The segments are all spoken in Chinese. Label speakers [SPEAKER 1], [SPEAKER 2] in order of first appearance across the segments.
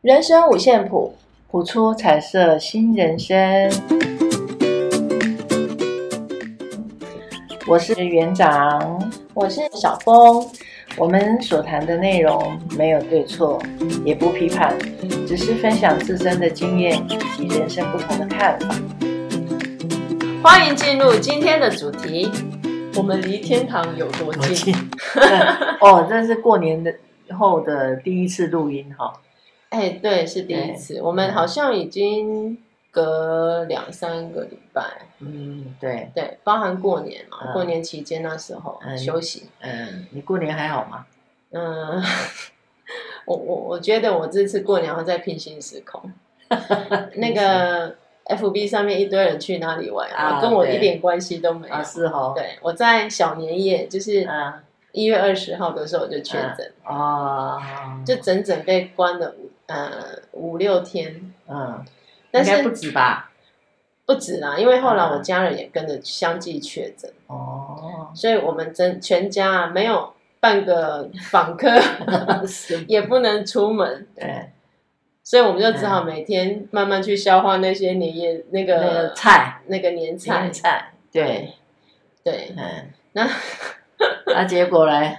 [SPEAKER 1] 人生五线谱，谱出彩色新人生。我是园长，我是小峰。我们所谈的内容没有对错，也不批判，只是分享自身的经验以及人生不同的看法。欢迎进入今天的主题。
[SPEAKER 2] 我们离天堂有多近？
[SPEAKER 1] 哦，这是过年的后的第一次录音哈、
[SPEAKER 2] 哎、对，是第一次。我们好像已经隔两三个礼拜，
[SPEAKER 1] 嗯，对，
[SPEAKER 2] 对，包含过年嘛，
[SPEAKER 1] 嗯
[SPEAKER 2] 过年期间那时候、
[SPEAKER 1] 嗯
[SPEAKER 2] 休息。
[SPEAKER 1] 嗯，你过年还好吗？
[SPEAKER 2] 嗯，我我我觉得我这次过年要在平行时 空，那个 FB 上面一堆人去哪里玩
[SPEAKER 1] 啊
[SPEAKER 2] 跟我
[SPEAKER 1] 对
[SPEAKER 2] 一点关系都没有。
[SPEAKER 1] 啊，是哦，
[SPEAKER 2] 对，我在小年夜，就是
[SPEAKER 1] 嗯，
[SPEAKER 2] 一月二十号的时候我就确诊，
[SPEAKER 1] 哦，
[SPEAKER 2] 就整整被关了五呃五六天，
[SPEAKER 1] 嗯，
[SPEAKER 2] 但
[SPEAKER 1] 应该
[SPEAKER 2] 是
[SPEAKER 1] 不啊止吧？
[SPEAKER 2] 不止啦，因为后来我家人也跟着相继确诊，
[SPEAKER 1] 哦，
[SPEAKER 2] 所以我们真全家啊没有半个访 客，
[SPEAKER 1] 是，
[SPEAKER 2] 也不能出门，
[SPEAKER 1] 对，
[SPEAKER 2] 所以我们就只好每天慢慢去消化那些年夜那
[SPEAKER 1] 那个
[SPEAKER 2] 个
[SPEAKER 1] 菜，
[SPEAKER 2] 那个年菜
[SPEAKER 1] 年。菜，对，
[SPEAKER 2] 对，
[SPEAKER 1] 嗯，
[SPEAKER 2] 那
[SPEAKER 1] 那结果嘞，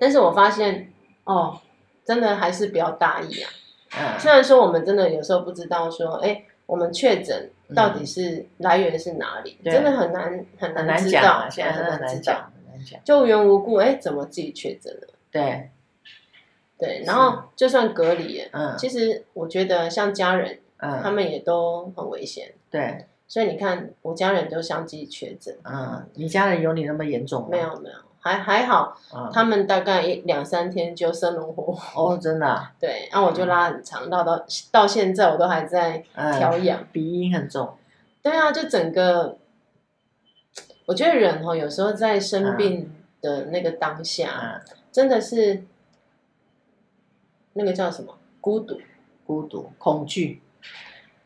[SPEAKER 2] 但是我发现哦，真的还是不要大意啊。
[SPEAKER 1] 嗯，
[SPEAKER 2] 虽然说我们真的有时候不知道说，哎、我们确诊到底是来源是哪里，
[SPEAKER 1] 嗯对
[SPEAKER 2] 真的很难很难
[SPEAKER 1] 很难
[SPEAKER 2] 知
[SPEAKER 1] 讲
[SPEAKER 2] 道，
[SPEAKER 1] 啊，现在
[SPEAKER 2] 很
[SPEAKER 1] 真的很
[SPEAKER 2] 知
[SPEAKER 1] 难
[SPEAKER 2] 道。
[SPEAKER 1] 讲，很难讲，
[SPEAKER 2] 就无缘无故，哎、怎么自己确诊了？
[SPEAKER 1] 对，
[SPEAKER 2] 对，
[SPEAKER 1] 是
[SPEAKER 2] 然后就算隔离耶，
[SPEAKER 1] 嗯，
[SPEAKER 2] 其实我觉得像家人，他
[SPEAKER 1] 嗯，
[SPEAKER 2] 们也都很危险，
[SPEAKER 1] 对，
[SPEAKER 2] 所以你看，我家人都相继确诊，
[SPEAKER 1] 嗯，你家人有你那么严重吗？
[SPEAKER 2] 没，有没有，还还好，
[SPEAKER 1] 嗯，
[SPEAKER 2] 他们大概一两三天就生龙活虎，
[SPEAKER 1] 哦，真的啊，
[SPEAKER 2] 对，然后我就拉很长，到到到现在我都还在调
[SPEAKER 1] 嗯，
[SPEAKER 2] 养，
[SPEAKER 1] 鼻音很重，
[SPEAKER 2] 对啊，就整个，我觉得人哦，有时候在生病的那个当下，
[SPEAKER 1] 嗯，
[SPEAKER 2] 真的是那个叫什么孤独。
[SPEAKER 1] 孤独、恐惧，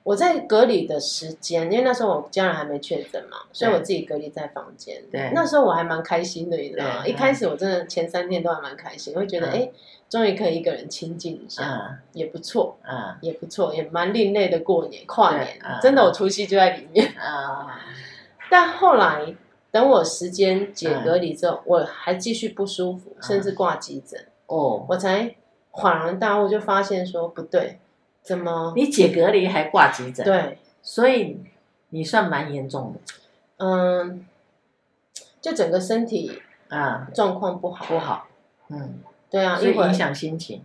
[SPEAKER 2] 我在隔离的时间，因为那时候我家人还没确诊嘛，所以我自己隔离在房间。
[SPEAKER 1] 对
[SPEAKER 2] 那时候我还蛮开心的，你知道吗？
[SPEAKER 1] 对
[SPEAKER 2] 一开始我真的前三天都还蛮开心，会觉得
[SPEAKER 1] 嗯
[SPEAKER 2] 哎、诶终于可以一个人清静一下，
[SPEAKER 1] 嗯
[SPEAKER 2] 也不错，
[SPEAKER 1] 嗯
[SPEAKER 2] 也不错，也蛮另类的过年跨年
[SPEAKER 1] 对嗯，
[SPEAKER 2] 真的我除夕就在里面。
[SPEAKER 1] 啊，
[SPEAKER 2] 但后来等我时间解隔离之后，我还继续不舒服，
[SPEAKER 1] 嗯
[SPEAKER 2] 甚至挂急诊，
[SPEAKER 1] 哦，
[SPEAKER 2] 我才恍然大悟，就发现说不对，怎么
[SPEAKER 1] 你解隔离还挂急诊，，
[SPEAKER 2] 对？
[SPEAKER 1] 所以你算蛮严重的，
[SPEAKER 2] 嗯，就整个身体
[SPEAKER 1] 啊，
[SPEAKER 2] 状况不好，
[SPEAKER 1] 不，好，嗯，
[SPEAKER 2] 对啊，
[SPEAKER 1] 所
[SPEAKER 2] 一
[SPEAKER 1] 以
[SPEAKER 2] 会儿
[SPEAKER 1] 影响心情，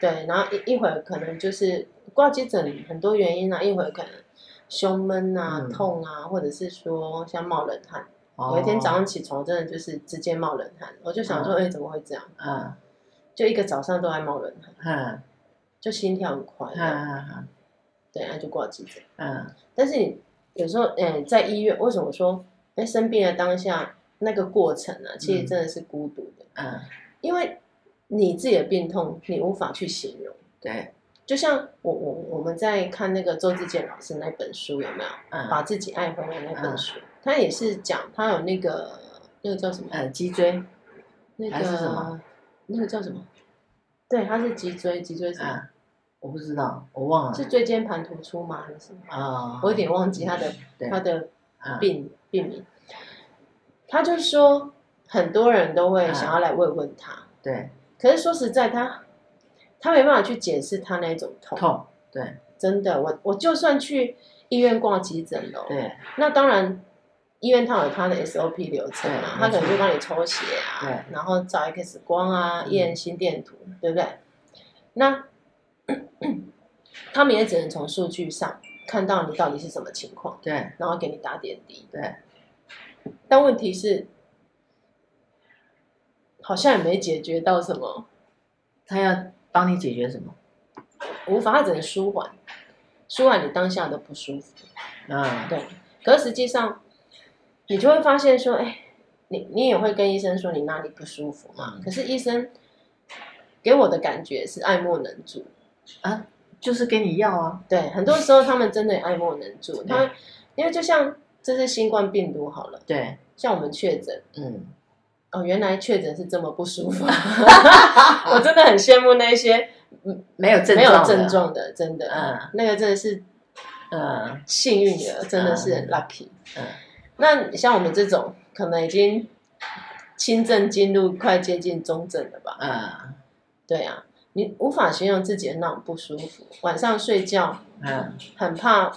[SPEAKER 2] 对，然后一一会儿可能就是挂急诊很多原因啊，一会儿可能胸闷啊、
[SPEAKER 1] 嗯
[SPEAKER 2] 痛啊，或者是说像冒冷汗。
[SPEAKER 1] 哦
[SPEAKER 2] 有一天早，上起床，真的就是直接冒冷汗，我就想说，哎、怎么会这样？
[SPEAKER 1] 嗯
[SPEAKER 2] 就一个早上都还冒冷汗，
[SPEAKER 1] 嗯
[SPEAKER 2] 就心跳很快，
[SPEAKER 1] 嗯
[SPEAKER 2] 对，然后就挂急诊。
[SPEAKER 1] 嗯
[SPEAKER 2] 但是你有时候，哎、在医院，为什么说，哎、生病的当下那个过程啊，其实
[SPEAKER 1] 嗯
[SPEAKER 2] 真的是孤独的。
[SPEAKER 1] 嗯，
[SPEAKER 2] 因为你自己的病痛，你无法去形容。
[SPEAKER 1] 对，
[SPEAKER 2] 就像我我我们在看那个周志健老师那本书有没有《把
[SPEAKER 1] 嗯
[SPEAKER 2] 自己爱回来》那本书，他也是讲他有那个那个叫什么
[SPEAKER 1] 呃，脊椎，
[SPEAKER 2] 那
[SPEAKER 1] 还是什么
[SPEAKER 2] 个那个叫什么？对，他是脊椎脊椎什么？
[SPEAKER 1] 嗯，我不知道，我忘
[SPEAKER 2] 是
[SPEAKER 1] 了，
[SPEAKER 2] 椎间盘突出吗？还是什么？
[SPEAKER 1] 啊，
[SPEAKER 2] 我有点忘记他的
[SPEAKER 1] 对
[SPEAKER 2] 他的
[SPEAKER 1] 嗯
[SPEAKER 2] 病病名。他就说很多人都会
[SPEAKER 1] 嗯
[SPEAKER 2] 想要来慰问他，
[SPEAKER 1] 对
[SPEAKER 2] 可是说实在他他没办法去解释他那一种痛。
[SPEAKER 1] 痛，对
[SPEAKER 2] 真的，我我就算去医院挂急诊了，
[SPEAKER 1] 对
[SPEAKER 2] 那当然医院它有它的 SOP 流程啊，
[SPEAKER 1] 对
[SPEAKER 2] 它可
[SPEAKER 1] 没错
[SPEAKER 2] 能就帮你抽血
[SPEAKER 1] 对
[SPEAKER 2] 啊，然后照 X 光啊，
[SPEAKER 1] 嗯
[SPEAKER 2] 验心电图，对不对？那 他们也只能从数据上看到你到底是什么情况，
[SPEAKER 1] 对
[SPEAKER 2] 然后给你打点滴。
[SPEAKER 1] 对，
[SPEAKER 2] 但问题是，好像也没解决到什么，
[SPEAKER 1] 他要帮你解决什么？
[SPEAKER 2] 无法，它只能舒缓，舒缓你当下的不舒服。
[SPEAKER 1] 嗯，
[SPEAKER 2] 对，可是实际上，你就会发现说，哎，你你也会跟医生说你哪里不舒服嘛
[SPEAKER 1] 嗯？
[SPEAKER 2] 可是医生给我的感觉是爱莫能助。
[SPEAKER 1] 就是给你药啊，
[SPEAKER 2] 对，很多时候他们真的也爱莫能助。
[SPEAKER 1] 对
[SPEAKER 2] 他们因为就像这是新冠病毒好了，
[SPEAKER 1] 对，
[SPEAKER 2] 像我们确诊
[SPEAKER 1] 嗯，
[SPEAKER 2] 哦，原来确诊是这么不舒服，我真的很羡慕那些嗯
[SPEAKER 1] 没有症
[SPEAKER 2] 没有
[SPEAKER 1] 状，
[SPEAKER 2] 症，状的，真的，
[SPEAKER 1] 嗯
[SPEAKER 2] 那个真的是
[SPEAKER 1] 嗯
[SPEAKER 2] 幸运儿，真的是很 lucky。
[SPEAKER 1] 嗯
[SPEAKER 2] 那像我们这种，可能已经轻症进入快接近中症了吧？
[SPEAKER 1] 嗯
[SPEAKER 2] 对啊，你无法形容自己的那种不舒服，晚上睡觉
[SPEAKER 1] 嗯，
[SPEAKER 2] 很怕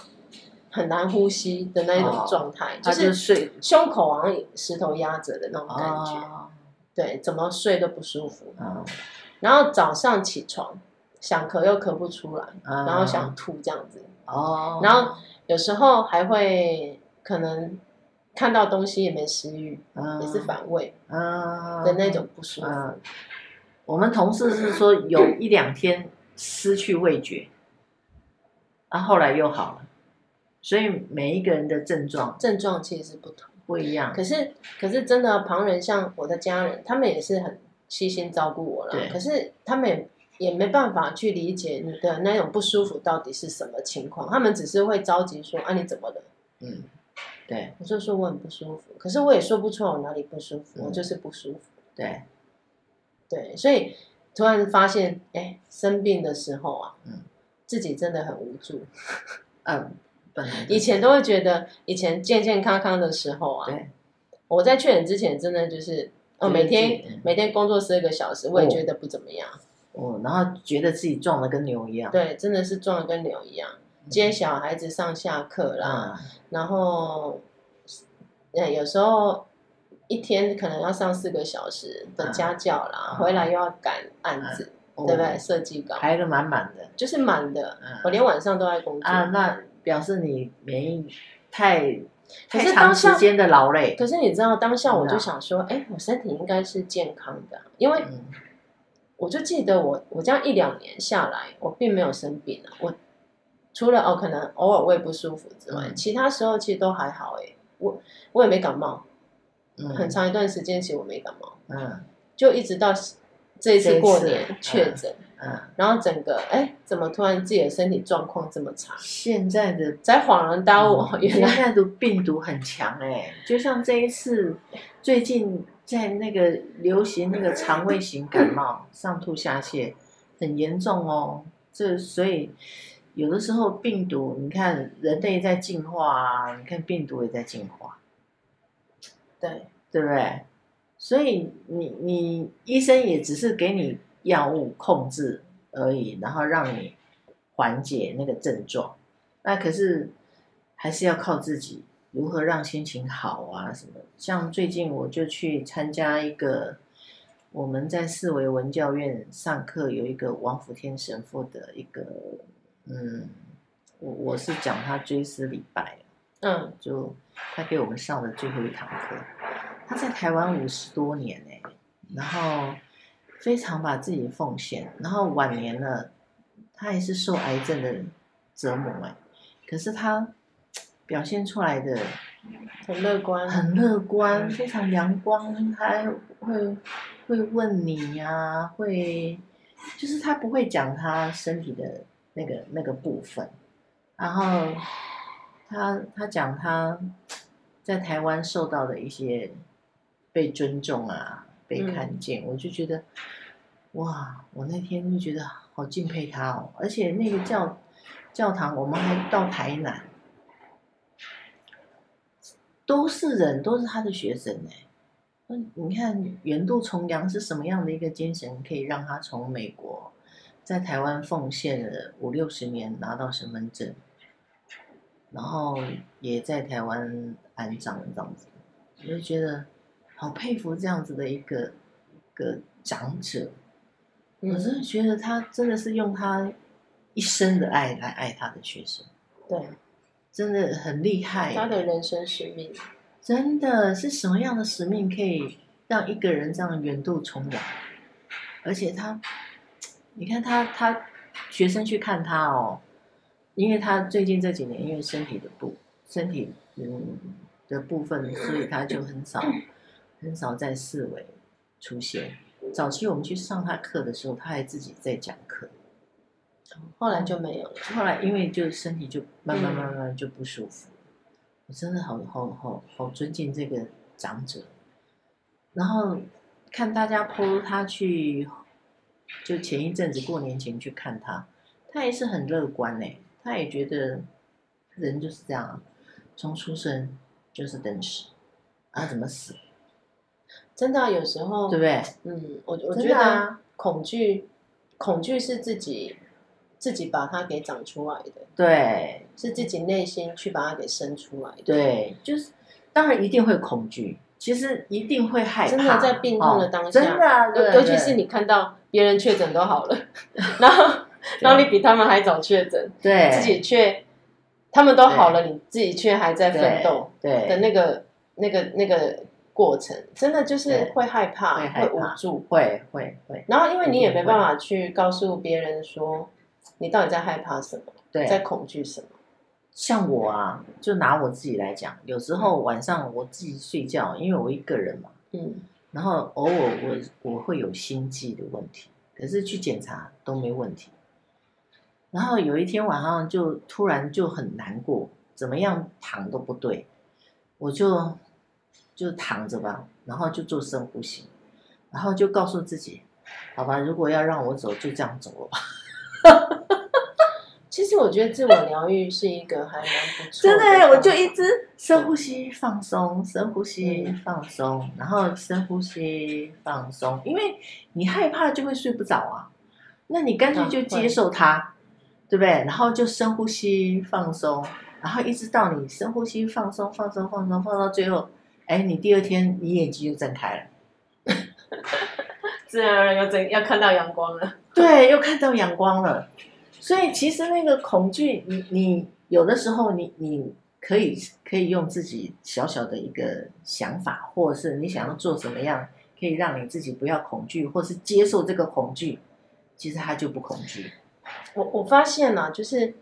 [SPEAKER 2] 很难呼吸的那一种状态，
[SPEAKER 1] 他哦就是睡
[SPEAKER 2] 胸口好像石头压着的那种感觉，
[SPEAKER 1] 哦，
[SPEAKER 2] 对，怎么睡都不舒服。
[SPEAKER 1] 嗯
[SPEAKER 2] 然后早上起床想咳又咳不出来，
[SPEAKER 1] 嗯，
[SPEAKER 2] 然后想吐这样子，
[SPEAKER 1] 哦，
[SPEAKER 2] 然后有时候还会可能看到东西也没食欲，也是反胃
[SPEAKER 1] 嗯
[SPEAKER 2] 的那种不舒服。
[SPEAKER 1] 嗯，我们同事是说有一两天失去味觉，啊，后来又好了，所以每一个人的症状
[SPEAKER 2] 症状其实是不同，
[SPEAKER 1] 不一样。
[SPEAKER 2] 可是可是真的啊旁人像我的家人，他们也是很悉心照顾我了
[SPEAKER 1] 对，
[SPEAKER 2] 可是他们也。也没办法去理解你的那种不舒服到底是什么情况，他们只是会着急说啊你怎么了？
[SPEAKER 1] 嗯，对
[SPEAKER 2] 我就说我很不舒服，可是我也说不出来我哪里不舒服，
[SPEAKER 1] 嗯
[SPEAKER 2] 我就是不舒服。
[SPEAKER 1] 对，
[SPEAKER 2] 对，所以突然发现，哎，生病的时候啊，
[SPEAKER 1] 嗯
[SPEAKER 2] 自己真的很无助。
[SPEAKER 1] 嗯，本来就是
[SPEAKER 2] 以前都会觉得，以前健健康康的时候啊，
[SPEAKER 1] 对，
[SPEAKER 2] 我在确诊之前，真的就是，哦，
[SPEAKER 1] 觉得
[SPEAKER 2] 每
[SPEAKER 1] 自己
[SPEAKER 2] 天
[SPEAKER 1] 嗯
[SPEAKER 2] 每天工作十二个小时，我也觉得不怎么样。
[SPEAKER 1] 哦，然后觉得自己撞的跟牛一样，
[SPEAKER 2] 对，真的是撞得跟牛一样，
[SPEAKER 1] 嗯，
[SPEAKER 2] 接小孩子上下课啦，
[SPEAKER 1] 啦，
[SPEAKER 2] 然后，呃，有时候。一天可能要上四个小时的家教啦，
[SPEAKER 1] 嗯
[SPEAKER 2] 回来又要赶案子，
[SPEAKER 1] 哦
[SPEAKER 2] 对不对？？设计稿
[SPEAKER 1] 排的满满的，
[SPEAKER 2] 就是满的，
[SPEAKER 1] 嗯
[SPEAKER 2] 我连晚上都在工作
[SPEAKER 1] 啊，那表示你免疫太
[SPEAKER 2] 可
[SPEAKER 1] 太
[SPEAKER 2] 是
[SPEAKER 1] 长
[SPEAKER 2] 当下
[SPEAKER 1] 时间的劳累，
[SPEAKER 2] 可是你知道，当下我
[SPEAKER 1] 真的
[SPEAKER 2] 就
[SPEAKER 1] 啊
[SPEAKER 2] 想说，哎、我身体应该是健康的啊，因为
[SPEAKER 1] 嗯
[SPEAKER 2] 我就记得我我这样一两年下来，我并没有生病啊。我除了哦，可能偶尔胃不舒服之外，
[SPEAKER 1] 嗯
[SPEAKER 2] 其他时候其实都还好、哎，我我也没感冒，
[SPEAKER 1] 嗯
[SPEAKER 2] 很长一段时间其实我没感冒，
[SPEAKER 1] 嗯
[SPEAKER 2] 就一直到这一
[SPEAKER 1] 这
[SPEAKER 2] 次
[SPEAKER 1] 一
[SPEAKER 2] 过
[SPEAKER 1] 次
[SPEAKER 2] 年
[SPEAKER 1] 嗯
[SPEAKER 2] 确诊，
[SPEAKER 1] 嗯，
[SPEAKER 2] 然后整个哎、怎么突然自己的身体状况这么差？
[SPEAKER 1] 现在的
[SPEAKER 2] 才恍然大悟，哦
[SPEAKER 1] 嗯
[SPEAKER 2] 原
[SPEAKER 1] 现
[SPEAKER 2] 来
[SPEAKER 1] 在的病毒很强哎、就像这一次最近在那个流行那个肠胃型感 冒，上吐下泻很严重哦。这所以有的时候病毒，你看人类在进化啊，你看病毒也在进化，
[SPEAKER 2] 对
[SPEAKER 1] 对不对？所以你你医生也只是给你药物控制而已，然后让你缓解那个症状。那可是还是要靠自己，如何让心情好啊什么？像最近我就去参加一个我们在四维文教院上课，有一个王福天神父的一个，嗯，我我是讲他追思礼拜，啊
[SPEAKER 2] 嗯
[SPEAKER 1] 就他给我们上的最后一堂课。他在台湾五十多年呢、然后非常把自己奉献，然后晚年呢，他也是受癌症的折磨哎、可是他表现出来的
[SPEAKER 2] 很乐观，
[SPEAKER 1] 很乐观，非常阳光，他会会问你呀、会就是他不会讲他身体的那个那个部分，然后他他讲他在台湾受到的一些被尊重啊，被看见，我就觉得哇，我那天就觉得好敬佩他哦，而且那个教教堂，我们还到台南。都是人，都是他的学生哎、嗯，你看远渡重洋是什么样的一个精神，可以让他从美国在台湾奉献了五六十年，拿到身份证，然后也在台湾安葬这样子，我就觉得好佩服这样子的一个一个长者。我
[SPEAKER 2] 嗯，
[SPEAKER 1] 真的觉得他真的是用他一生的爱来爱他的学生，
[SPEAKER 2] 对，
[SPEAKER 1] 真的很厉害。
[SPEAKER 2] 他的人生使命，
[SPEAKER 1] 真的是什么样的使命可以让一个人这样远渡重洋？而且他，你看他他学生去看他哦，因为他最近这几年因为身体的部身体嗯的部分，所以他就很少很少在四维出现。早期我们去上他课的时候，他还自己在讲课，
[SPEAKER 2] 后来就没有了。
[SPEAKER 1] 后来因为就身体就慢慢
[SPEAKER 2] 嗯
[SPEAKER 1] 慢慢就不舒服，我真的好好好好尊敬这个长者。然后看大家 PO 他去就前一阵子过年前去看他，他也是很乐观呢、他也觉得人就是这样啊，从出生就是等死，啊怎么死，
[SPEAKER 2] 真的啊、有时候
[SPEAKER 1] 对不对？
[SPEAKER 2] 嗯，我我
[SPEAKER 1] 真
[SPEAKER 2] 觉
[SPEAKER 1] 的啊
[SPEAKER 2] 得恐惧，恐惧是自己自己把它给长出来的，
[SPEAKER 1] 对
[SPEAKER 2] 是自己内心去把它给生出来的。，
[SPEAKER 1] 对，就是当然一定会恐惧，其实一定会害怕，
[SPEAKER 2] 真的在病痛的
[SPEAKER 1] 哦
[SPEAKER 2] 当下
[SPEAKER 1] 真的啊，对啊
[SPEAKER 2] 尤尤其是你看到别人确诊都好 了，然后然后你比他们还早确诊，
[SPEAKER 1] 对
[SPEAKER 2] 自己却他们都好了，你自己却还在奋斗
[SPEAKER 1] 对
[SPEAKER 2] 的那个那个那个过程，真的就是
[SPEAKER 1] 对
[SPEAKER 2] 会害怕，
[SPEAKER 1] 会害
[SPEAKER 2] 会
[SPEAKER 1] 怕
[SPEAKER 2] 无助。
[SPEAKER 1] 会会会，
[SPEAKER 2] 然后，因为你也
[SPEAKER 1] 一
[SPEAKER 2] 没
[SPEAKER 1] 定会
[SPEAKER 2] 办法去告诉别人说你到底在害怕什么，
[SPEAKER 1] 对，
[SPEAKER 2] 在恐惧什么。
[SPEAKER 1] 像我啊，就拿我自己来讲，有时候晚上我自己睡觉，因为我一个人嘛，
[SPEAKER 2] 嗯，
[SPEAKER 1] 然后偶尔我我会有心悸的问题，可是去检查都没问题。然后有一天晚上就突然就很难过，怎么样躺都不对，我就就躺着吧，然后就做深呼吸，然后就告诉自己，好吧，如果要让我走，就这样走了吧。
[SPEAKER 2] 其实我觉得自我疗愈是一个还蛮不错的
[SPEAKER 1] 真的
[SPEAKER 2] 方
[SPEAKER 1] 耶，
[SPEAKER 2] 法，
[SPEAKER 1] 我就一直深呼吸放松，深呼吸
[SPEAKER 2] 嗯
[SPEAKER 1] 放松，然后深呼吸放松，因为你害怕就会睡不着啊，那你干脆
[SPEAKER 2] 啊
[SPEAKER 1] 就
[SPEAKER 2] 会
[SPEAKER 1] 接受它，对不对？然后就深呼吸放松，然后一直到你深呼吸放松放松放松放到最后，哎，你第二天你眼睛就睁开了，
[SPEAKER 2] 自然而然要整要看到阳光了。
[SPEAKER 1] 对，又看到阳光了。所以其实那个恐惧，你你有的时候你你可以可以用自己小小的一个想法，或者是你想要做什么样，可以让你自己不要恐惧，或是接受这个恐惧，其实他就不恐惧。
[SPEAKER 2] 我我发现啊，就是，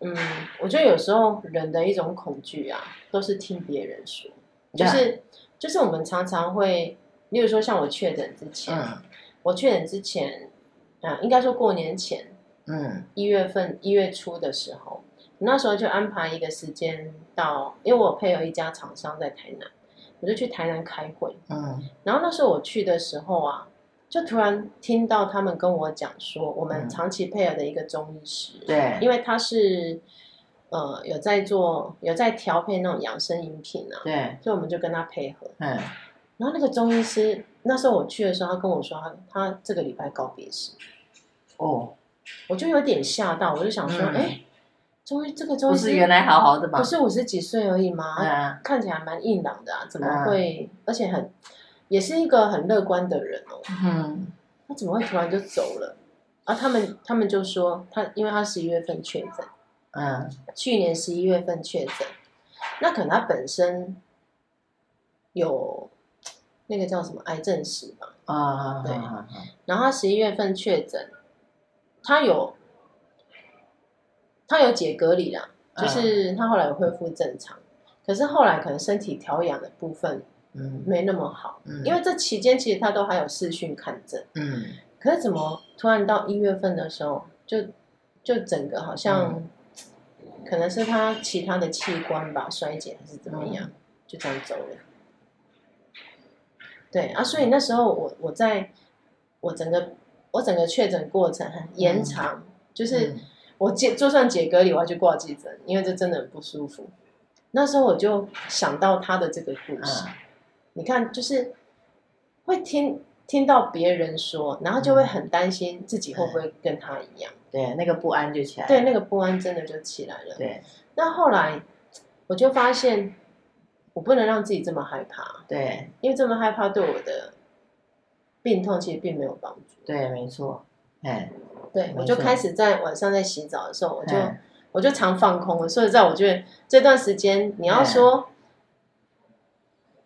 [SPEAKER 2] 嗯，我觉得有时候人的一种恐惧啊，都是听别人说，就是就是我们常常会，例如说像我确诊之前，
[SPEAKER 1] 嗯
[SPEAKER 2] 我确诊之前，啊、应该说过年前
[SPEAKER 1] 嗯
[SPEAKER 2] 一月份一月初的时候，那时候就安排一个时间到，因为我配有一家厂商在台南，我就去台南开会，
[SPEAKER 1] 嗯
[SPEAKER 2] 然后那时候我去的时候啊。就突然听到他们跟我讲说，我们
[SPEAKER 1] 嗯
[SPEAKER 2] 长期配合的一个中医师，
[SPEAKER 1] 对
[SPEAKER 2] 因为他是呃有在做有在调配那种养生饮品啊，
[SPEAKER 1] 对
[SPEAKER 2] 所以我们就跟他配合。
[SPEAKER 1] 嗯
[SPEAKER 2] 然后那个中医师那时候我去的时候，他跟我说他他这个礼拜告别式，
[SPEAKER 1] 哦，
[SPEAKER 2] 我就有点吓到，我就想说，
[SPEAKER 1] 嗯
[SPEAKER 2] 哎、中医这个中
[SPEAKER 1] 不
[SPEAKER 2] 医师
[SPEAKER 1] 是原来好好的吗
[SPEAKER 2] 不？是五十几岁而已吗？
[SPEAKER 1] 嗯
[SPEAKER 2] 看起来蛮硬朗的啊，怎么
[SPEAKER 1] 嗯
[SPEAKER 2] 会？而且很也是一个很乐观的人哦，
[SPEAKER 1] 嗯
[SPEAKER 2] 他怎么会突然就走了？啊，他们他们就说他，因为他十一月份确诊。
[SPEAKER 1] 嗯
[SPEAKER 2] 去年十一月份确诊，那可能他本身有那个叫什么癌症史吧，
[SPEAKER 1] 啊
[SPEAKER 2] 对
[SPEAKER 1] 啊
[SPEAKER 2] 然后他十一月份确诊，他有他有解隔离啦，就是他后来有恢复正常，可是后来可能身体调养的部分
[SPEAKER 1] 嗯
[SPEAKER 2] 没那么好，
[SPEAKER 1] 嗯，
[SPEAKER 2] 因为这期间其实他都还有视讯看诊，
[SPEAKER 1] 嗯
[SPEAKER 2] 可是怎么突然到一月份的时候，就就整个好像、可能是他其他的器官吧衰竭还是怎么样，就这样走了。对啊，所以那时候我我在我整个我整个确诊过程很延长，就是
[SPEAKER 1] 嗯
[SPEAKER 2] 我解就算解隔离，我要去挂急诊，因为这真的很不舒服。那时候我就想到他的这个故事，
[SPEAKER 1] 嗯
[SPEAKER 2] 你看，就是会听听到别人说，然后就会
[SPEAKER 1] 嗯
[SPEAKER 2] 很担心自己会不会跟他一样，
[SPEAKER 1] 对那个不安就起来了，
[SPEAKER 2] 对那个不安真的就起来了。
[SPEAKER 1] 对
[SPEAKER 2] 那后来我就发现，我不能让自己这么害怕，
[SPEAKER 1] 对
[SPEAKER 2] 因为这么害怕对我的病痛其实并没有帮助。
[SPEAKER 1] 对，没错，哎。
[SPEAKER 2] 对
[SPEAKER 1] 没错
[SPEAKER 2] 我就开始在晚上在洗澡的时候，我就
[SPEAKER 1] 嗯
[SPEAKER 2] 我就常放空了。所以在我觉得这段时间，你
[SPEAKER 1] 哎
[SPEAKER 2] 要说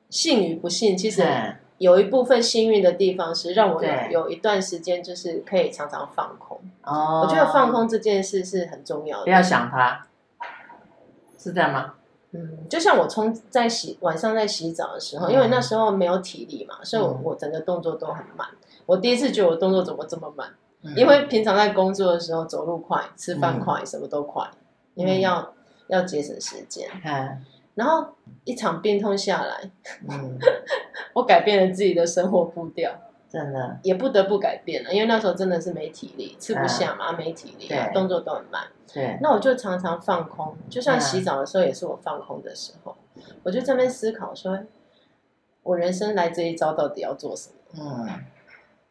[SPEAKER 2] 信与不信，其实
[SPEAKER 1] 嗯
[SPEAKER 2] 有一部分幸运的地方是让我有
[SPEAKER 1] 对
[SPEAKER 2] 有一段时间就是可以常常放空。
[SPEAKER 1] 哦，
[SPEAKER 2] 我觉得放空这件事是很重要
[SPEAKER 1] 不要
[SPEAKER 2] 的。
[SPEAKER 1] 想他，是这样吗？
[SPEAKER 2] 嗯，就像我冲在洗晚上在洗澡的时候，
[SPEAKER 1] 嗯
[SPEAKER 2] 因为那时候没有体力嘛，所以我
[SPEAKER 1] 嗯
[SPEAKER 2] 我整个动作都很慢。我第一次觉得我动作怎么这么慢，
[SPEAKER 1] 嗯
[SPEAKER 2] 因为平常在工作的时候走路快、吃饭快、什么都快，因为要要节省时间。
[SPEAKER 1] 嗯
[SPEAKER 2] 然后一场病痛下来，
[SPEAKER 1] 嗯
[SPEAKER 2] 我改变了自己的生活步调，
[SPEAKER 1] 真的，
[SPEAKER 2] 也不得不改变了，因为那时候真的是没体力，吃不下嘛，没体力、啊，
[SPEAKER 1] 对
[SPEAKER 2] 动作都很慢。
[SPEAKER 1] 对，
[SPEAKER 2] 那我就常常放空，就像
[SPEAKER 1] 嗯
[SPEAKER 2] 洗澡的时候也是我放空的时候，我就在那边思考说，我人生来这一遭到底要做什么？
[SPEAKER 1] 嗯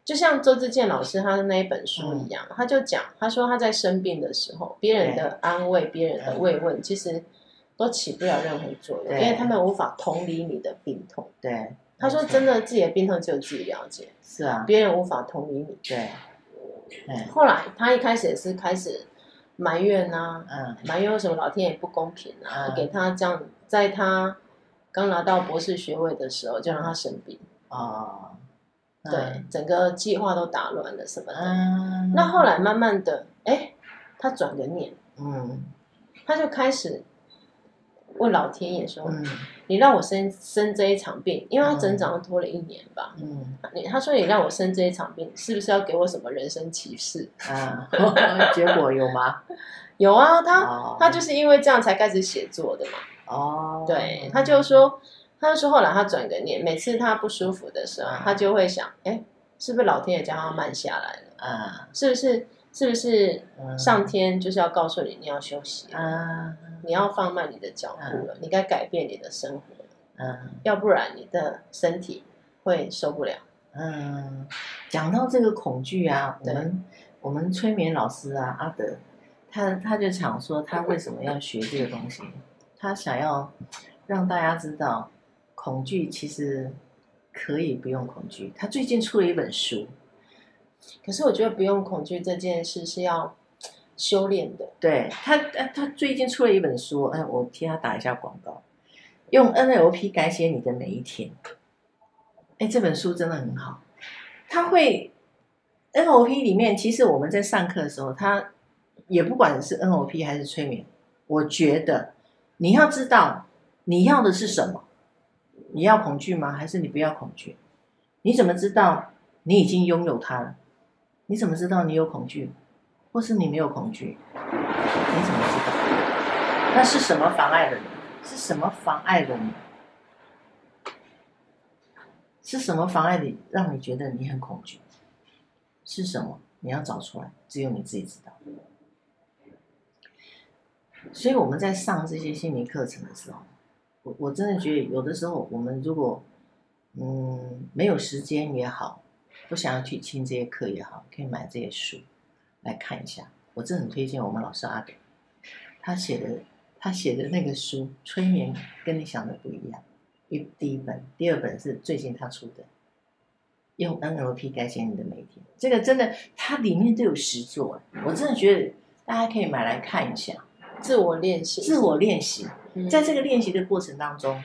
[SPEAKER 2] 就像周志健老师他的那一本书一样，他就讲，他说他在生病的时候，别人的安慰、别人的慰问，其实都起不了任何作用，
[SPEAKER 1] 嗯对
[SPEAKER 2] 因为他们无法同理你的病痛。
[SPEAKER 1] 对，
[SPEAKER 2] 他说真的，自己的病痛只有自己了解，
[SPEAKER 1] 是啊，
[SPEAKER 2] 别人无法同理你。
[SPEAKER 1] 对，哎对，
[SPEAKER 2] 后来他一开始也是开始埋怨啊，
[SPEAKER 1] 嗯
[SPEAKER 2] 埋怨为什么老天爷不公平啊，
[SPEAKER 1] 嗯
[SPEAKER 2] 给他这样，在他刚拿到博士学位的时候就让他生病，
[SPEAKER 1] 哦，嗯
[SPEAKER 2] 对，，整个计划都打乱了什么的。
[SPEAKER 1] 嗯，
[SPEAKER 2] 那后来慢慢的，哎、他转个念，
[SPEAKER 1] 嗯
[SPEAKER 2] 他就开始问老天爷说：“
[SPEAKER 1] 嗯
[SPEAKER 2] 你让我生生这一场病，因为他整整拖了一年吧。
[SPEAKER 1] 嗯
[SPEAKER 2] 你他说你让我生这一场病，是不是要给我什么人生启示？
[SPEAKER 1] 啊， 结果有吗？
[SPEAKER 2] 有啊，他、
[SPEAKER 1] 哦
[SPEAKER 2] 他就是因为这样才开始写作的嘛。
[SPEAKER 1] 哦，
[SPEAKER 2] 对，他就说，他就说后来他转个念，每次他不舒服的时候，
[SPEAKER 1] 嗯
[SPEAKER 2] 他就会想，哎、是不是老天爷叫他慢下来了？
[SPEAKER 1] 啊
[SPEAKER 2] 是不是？是不是
[SPEAKER 1] 嗯
[SPEAKER 2] 上天就是要告诉你你要休息了？
[SPEAKER 1] 啊
[SPEAKER 2] 你要放慢你的脚步了，你该改变你的生活了，
[SPEAKER 1] 嗯
[SPEAKER 2] 要不然你的身体会受不了。
[SPEAKER 1] 嗯，讲到这个恐惧啊，我
[SPEAKER 2] 对
[SPEAKER 1] 们我们催眠老师啊，阿德，他他就想说，他为什么要学这个东西？他想要让大家知道，恐惧其实可以不用恐惧。他最近出了一本书，
[SPEAKER 2] 可是我觉得不用恐惧这件事是要修炼的，
[SPEAKER 1] 对他，他他最近出了一本书，哎，我替他打一下广告，用 NLP 改写你的每一天。哎，这本书真的很好，他会 NLP 里面，其实我们在上课的时候，他也不管是 NLP 还是催眠，我觉得你要知道你要的是什么，你要恐惧吗？还是你不要恐惧？你怎么知道你已经拥有它了？你怎么知道你有恐惧，或是你没有恐惧？你怎么知道？那是什么妨碍了你？是什么妨碍了你？是什么妨碍你，让你觉得你很恐惧？是什么？你要找出来，只有你自己知道。所以我们在上这些心理课程的时候，我我真的觉得有的时候我们如果嗯没有时间也好，不想要去听这些课也好，可以买这些书来看一下。我真的很推荐我们老师阿德，他写的他写的那个书《催眠》跟你想的不一样。一第一本，第二本是最近他出的，用 NLP 改写你的每一天。这个真的，它里面都有实作，我真的觉得大家可以买来看一下，
[SPEAKER 2] 自我练习。
[SPEAKER 1] 自我练习。
[SPEAKER 2] 嗯
[SPEAKER 1] 在这个练习的过程当中，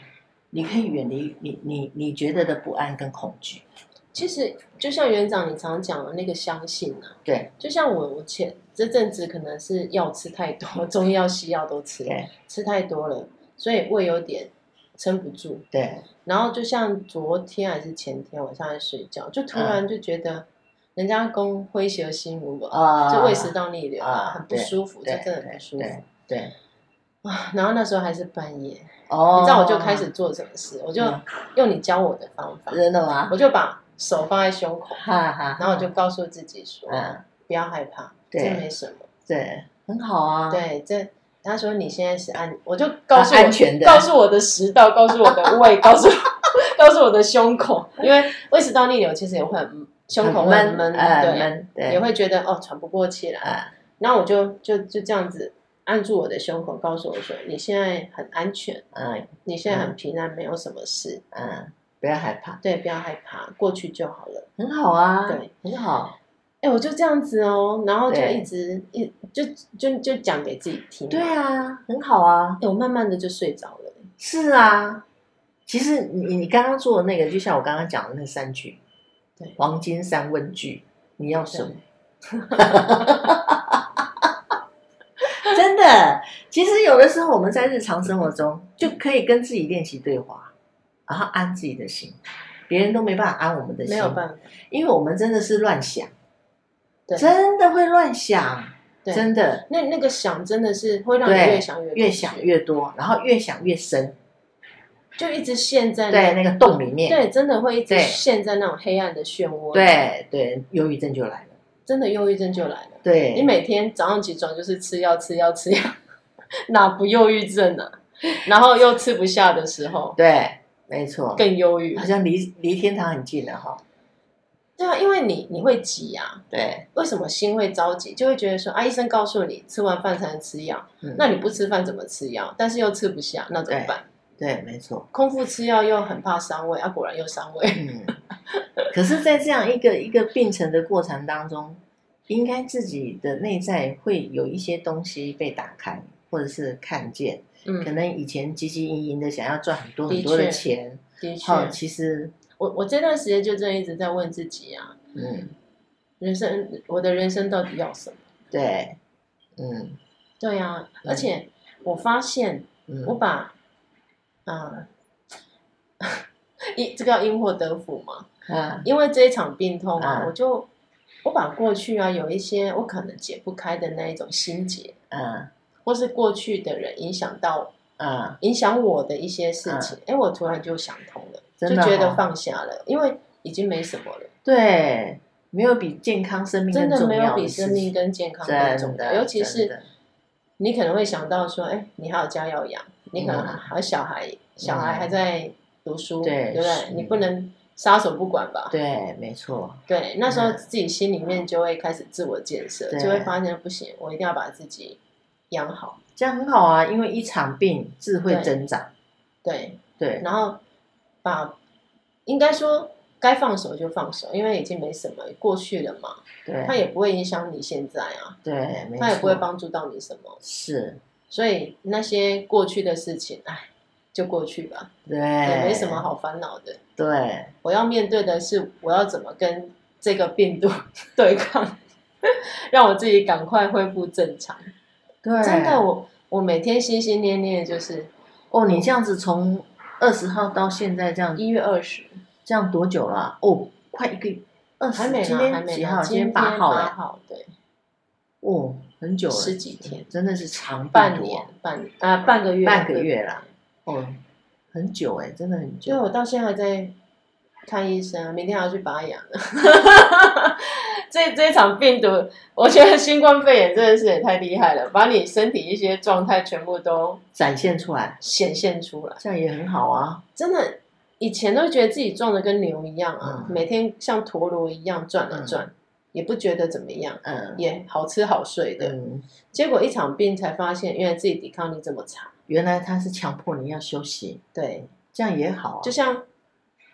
[SPEAKER 1] 你可以远离你你你觉得的不安跟恐惧。
[SPEAKER 2] 其实就像园长你常讲的那个相信啊，
[SPEAKER 1] 对
[SPEAKER 2] 就像我我前这阵子可能是药吃太多， 中药西药都吃，
[SPEAKER 1] 对
[SPEAKER 2] 吃太多了，所以胃有点撑不住。
[SPEAKER 1] 对，
[SPEAKER 2] 然后就像昨天还是前天晚上在睡觉，就
[SPEAKER 1] 嗯
[SPEAKER 2] 突然就觉得人家公诙谐心无吧，
[SPEAKER 1] 啊
[SPEAKER 2] 就胃食道逆流
[SPEAKER 1] 啊
[SPEAKER 2] 很不舒服，就
[SPEAKER 1] 对
[SPEAKER 2] 真的很不舒
[SPEAKER 1] 对
[SPEAKER 2] 服
[SPEAKER 1] 对，
[SPEAKER 2] 啊。 然后那时候还是半夜，你
[SPEAKER 1] 哦
[SPEAKER 2] 知道我就开始做什么事，我就
[SPEAKER 1] 嗯
[SPEAKER 2] 用你教我的方法，
[SPEAKER 1] 真的吗？
[SPEAKER 2] 我就把手放在胸口，
[SPEAKER 1] 哈哈，
[SPEAKER 2] 然后我就告诉自己说，
[SPEAKER 1] 嗯，
[SPEAKER 2] 不要害怕，这
[SPEAKER 1] 对
[SPEAKER 2] 没什么。
[SPEAKER 1] 对，很好啊，
[SPEAKER 2] 对，这他说你现在是安，我就告诉我、
[SPEAKER 1] 啊安全的
[SPEAKER 2] 告诉我的食道，告诉我的 胃，告诉告诉我的胸口，因为胃食道逆流其实也会很胸口
[SPEAKER 1] 很
[SPEAKER 2] 会很
[SPEAKER 1] 闷，
[SPEAKER 2] 闷，
[SPEAKER 1] 呃
[SPEAKER 2] 对，
[SPEAKER 1] 闷，对，
[SPEAKER 2] 也会觉得哦喘不过气来。
[SPEAKER 1] 啊，
[SPEAKER 2] 然后我就就就这样子按住我的胸口，告诉我说你现在很安全，
[SPEAKER 1] 嗯
[SPEAKER 2] 你现在很平安，没有什么事，
[SPEAKER 1] 嗯，不要害怕，
[SPEAKER 2] 对，不要害怕，过去就好了。
[SPEAKER 1] 很好啊，
[SPEAKER 2] 对，
[SPEAKER 1] 很好，
[SPEAKER 2] 哎，我就这样子哦，然后就
[SPEAKER 1] 对
[SPEAKER 2] 一直一就就就讲给自己听。
[SPEAKER 1] 对，啊，很好啊，
[SPEAKER 2] 哎，我慢慢的就睡着了。
[SPEAKER 1] 是啊。其实你你刚刚做的那个，就像我刚刚讲的那三句，
[SPEAKER 2] 对
[SPEAKER 1] 黄金三问句，你要什么？真的，其实有的时候我们在日常生活中就可以跟自己练习对话，然后安自己的心，别人都没办法安我们的心，
[SPEAKER 2] 没有办法，
[SPEAKER 1] 因为我们真的是乱想，
[SPEAKER 2] 对
[SPEAKER 1] 真的会乱想，
[SPEAKER 2] 对
[SPEAKER 1] 真的
[SPEAKER 2] 那那个想真的是会让你
[SPEAKER 1] 对
[SPEAKER 2] 越想越
[SPEAKER 1] 越想越多，然后越想越深，
[SPEAKER 2] 就一直陷在
[SPEAKER 1] 对那个洞里面，
[SPEAKER 2] 对，真的会一直
[SPEAKER 1] 对
[SPEAKER 2] 陷在那种黑暗的漩涡。，
[SPEAKER 1] 对对，忧郁症就来了。
[SPEAKER 2] 真的忧郁症就来了。
[SPEAKER 1] 对，
[SPEAKER 2] 你每天早上起床就是吃药、吃药、吃药，哪不忧郁症啊？然后又吃不下的时候，
[SPEAKER 1] 对，没错，
[SPEAKER 2] 更忧郁
[SPEAKER 1] 好。像离离天堂很近了哈。
[SPEAKER 2] 对啊，因为你你会急啊，
[SPEAKER 1] 对，
[SPEAKER 2] 为什么心会着急？就会觉得说啊，医生告诉你吃完饭才能吃药，
[SPEAKER 1] 嗯
[SPEAKER 2] 那你不吃饭怎么吃药？但是又吃不下，那怎么办？
[SPEAKER 1] 对，没错。
[SPEAKER 2] 空腹吃药又很怕伤胃啊，果然又伤胃。
[SPEAKER 1] 嗯，可是，在这样一个 一个病程的过程当中，应该自己的内在会有一些东西被打开，或者是看见。可
[SPEAKER 2] 嗯，
[SPEAKER 1] 能以前汲汲营营的想要赚很多
[SPEAKER 2] 的
[SPEAKER 1] 很多的
[SPEAKER 2] 确
[SPEAKER 1] 钱，
[SPEAKER 2] 的确，
[SPEAKER 1] 好，其实，
[SPEAKER 2] 我我这段时间就真的一直在问自己啊，
[SPEAKER 1] 嗯，
[SPEAKER 2] 人生我的人生到底要什么？
[SPEAKER 1] 对，嗯
[SPEAKER 2] 对啊，
[SPEAKER 1] 嗯
[SPEAKER 2] 而且我发现我
[SPEAKER 1] 嗯，
[SPEAKER 2] 把， 嗯，因这个要因祸得福嘛，
[SPEAKER 1] 啊，
[SPEAKER 2] 因为这一场病痛啊，
[SPEAKER 1] 嗯
[SPEAKER 2] 我就我把过去啊有一些我可能解不开的那一种心结，
[SPEAKER 1] 啊，
[SPEAKER 2] 或是过去的人影响到
[SPEAKER 1] 啊，
[SPEAKER 2] 影响我的一些事情，哎、我突然就想通了，
[SPEAKER 1] 嗯真的
[SPEAKER 2] 就觉
[SPEAKER 1] 哦
[SPEAKER 2] 得放下了，因为已经没什么了，
[SPEAKER 1] 对，没有比健康生命
[SPEAKER 2] 真
[SPEAKER 1] 更
[SPEAKER 2] 的
[SPEAKER 1] 重
[SPEAKER 2] 没有
[SPEAKER 1] 要
[SPEAKER 2] 比
[SPEAKER 1] 的
[SPEAKER 2] 生
[SPEAKER 1] 事
[SPEAKER 2] 命
[SPEAKER 1] 情，
[SPEAKER 2] 跟健康更重
[SPEAKER 1] 真
[SPEAKER 2] 要，
[SPEAKER 1] 的，
[SPEAKER 2] 尤其
[SPEAKER 1] 真
[SPEAKER 2] 是
[SPEAKER 1] 的
[SPEAKER 2] 你可能会想到说，哎，你还有家要养，你可能还还有小孩，小孩还在读书，
[SPEAKER 1] 嗯对
[SPEAKER 2] 对不
[SPEAKER 1] 是
[SPEAKER 2] 对？你不能撒手不管吧？
[SPEAKER 1] 对，没错，
[SPEAKER 2] 对，那时候
[SPEAKER 1] 嗯
[SPEAKER 2] 自己心里面就会开始自我建设，
[SPEAKER 1] 对
[SPEAKER 2] 就会发现不行，我一定要把自己养好。
[SPEAKER 1] 这样很好啊，因为一场病智慧增长，
[SPEAKER 2] 对，
[SPEAKER 1] 对，
[SPEAKER 2] 然后把应该说该放手就放手，因为已经没什么过去了嘛，
[SPEAKER 1] 对，
[SPEAKER 2] 它也不会影响你现在啊，
[SPEAKER 1] 对，没错，
[SPEAKER 2] 它也不会帮助到你什么，
[SPEAKER 1] 是，
[SPEAKER 2] 所以那些过去的事情，哎，就过去吧，
[SPEAKER 1] 对，
[SPEAKER 2] 也没什么，好烦恼的。
[SPEAKER 1] 对，
[SPEAKER 2] 我要面对的是我要怎么跟这个病毒 对抗， 让我自己赶快恢复正常。
[SPEAKER 1] 对，
[SPEAKER 2] 真的，我我每天心心念念就是
[SPEAKER 1] 哦，你这样子从二十号到现在这样，
[SPEAKER 2] 一月二十，
[SPEAKER 1] 这样多久了啊、哦，快一个二十
[SPEAKER 2] 还，没
[SPEAKER 1] 今
[SPEAKER 2] 呢，还
[SPEAKER 1] 天
[SPEAKER 2] 没
[SPEAKER 1] 几
[SPEAKER 2] 呢，
[SPEAKER 1] 号？
[SPEAKER 2] 今
[SPEAKER 1] 今天
[SPEAKER 2] 八
[SPEAKER 1] 八号
[SPEAKER 2] 八
[SPEAKER 1] 了，
[SPEAKER 2] 号，对，
[SPEAKER 1] 哦，很久了，
[SPEAKER 2] 十几天，
[SPEAKER 1] 真的是长
[SPEAKER 2] 半
[SPEAKER 1] 病毒
[SPEAKER 2] 年
[SPEAKER 1] 啊，
[SPEAKER 2] 半年啊，半个月，
[SPEAKER 1] 半个月啦。哦，很久哎、真的很
[SPEAKER 2] 就
[SPEAKER 1] 久。
[SPEAKER 2] 我到现在还在看医生啊，明天还要去拔牙呢。 这这场病毒，我觉得新冠肺炎真的是也太厉害了，把你身体一些状态全部都
[SPEAKER 1] 展现出来，
[SPEAKER 2] 显现出来。
[SPEAKER 1] 这样也很好啊。
[SPEAKER 2] 真的，以前都觉得自己撞的跟牛一样啊，
[SPEAKER 1] 嗯
[SPEAKER 2] 每天像陀螺一样转啊转，也不觉得怎么样，
[SPEAKER 1] 嗯
[SPEAKER 2] 也好吃好睡的。
[SPEAKER 1] 嗯，
[SPEAKER 2] 结果一场病才发现，原来自己抵抗力这么差。
[SPEAKER 1] 原来他是强迫你要休息，
[SPEAKER 2] 对，
[SPEAKER 1] 这样也好啊。
[SPEAKER 2] 就像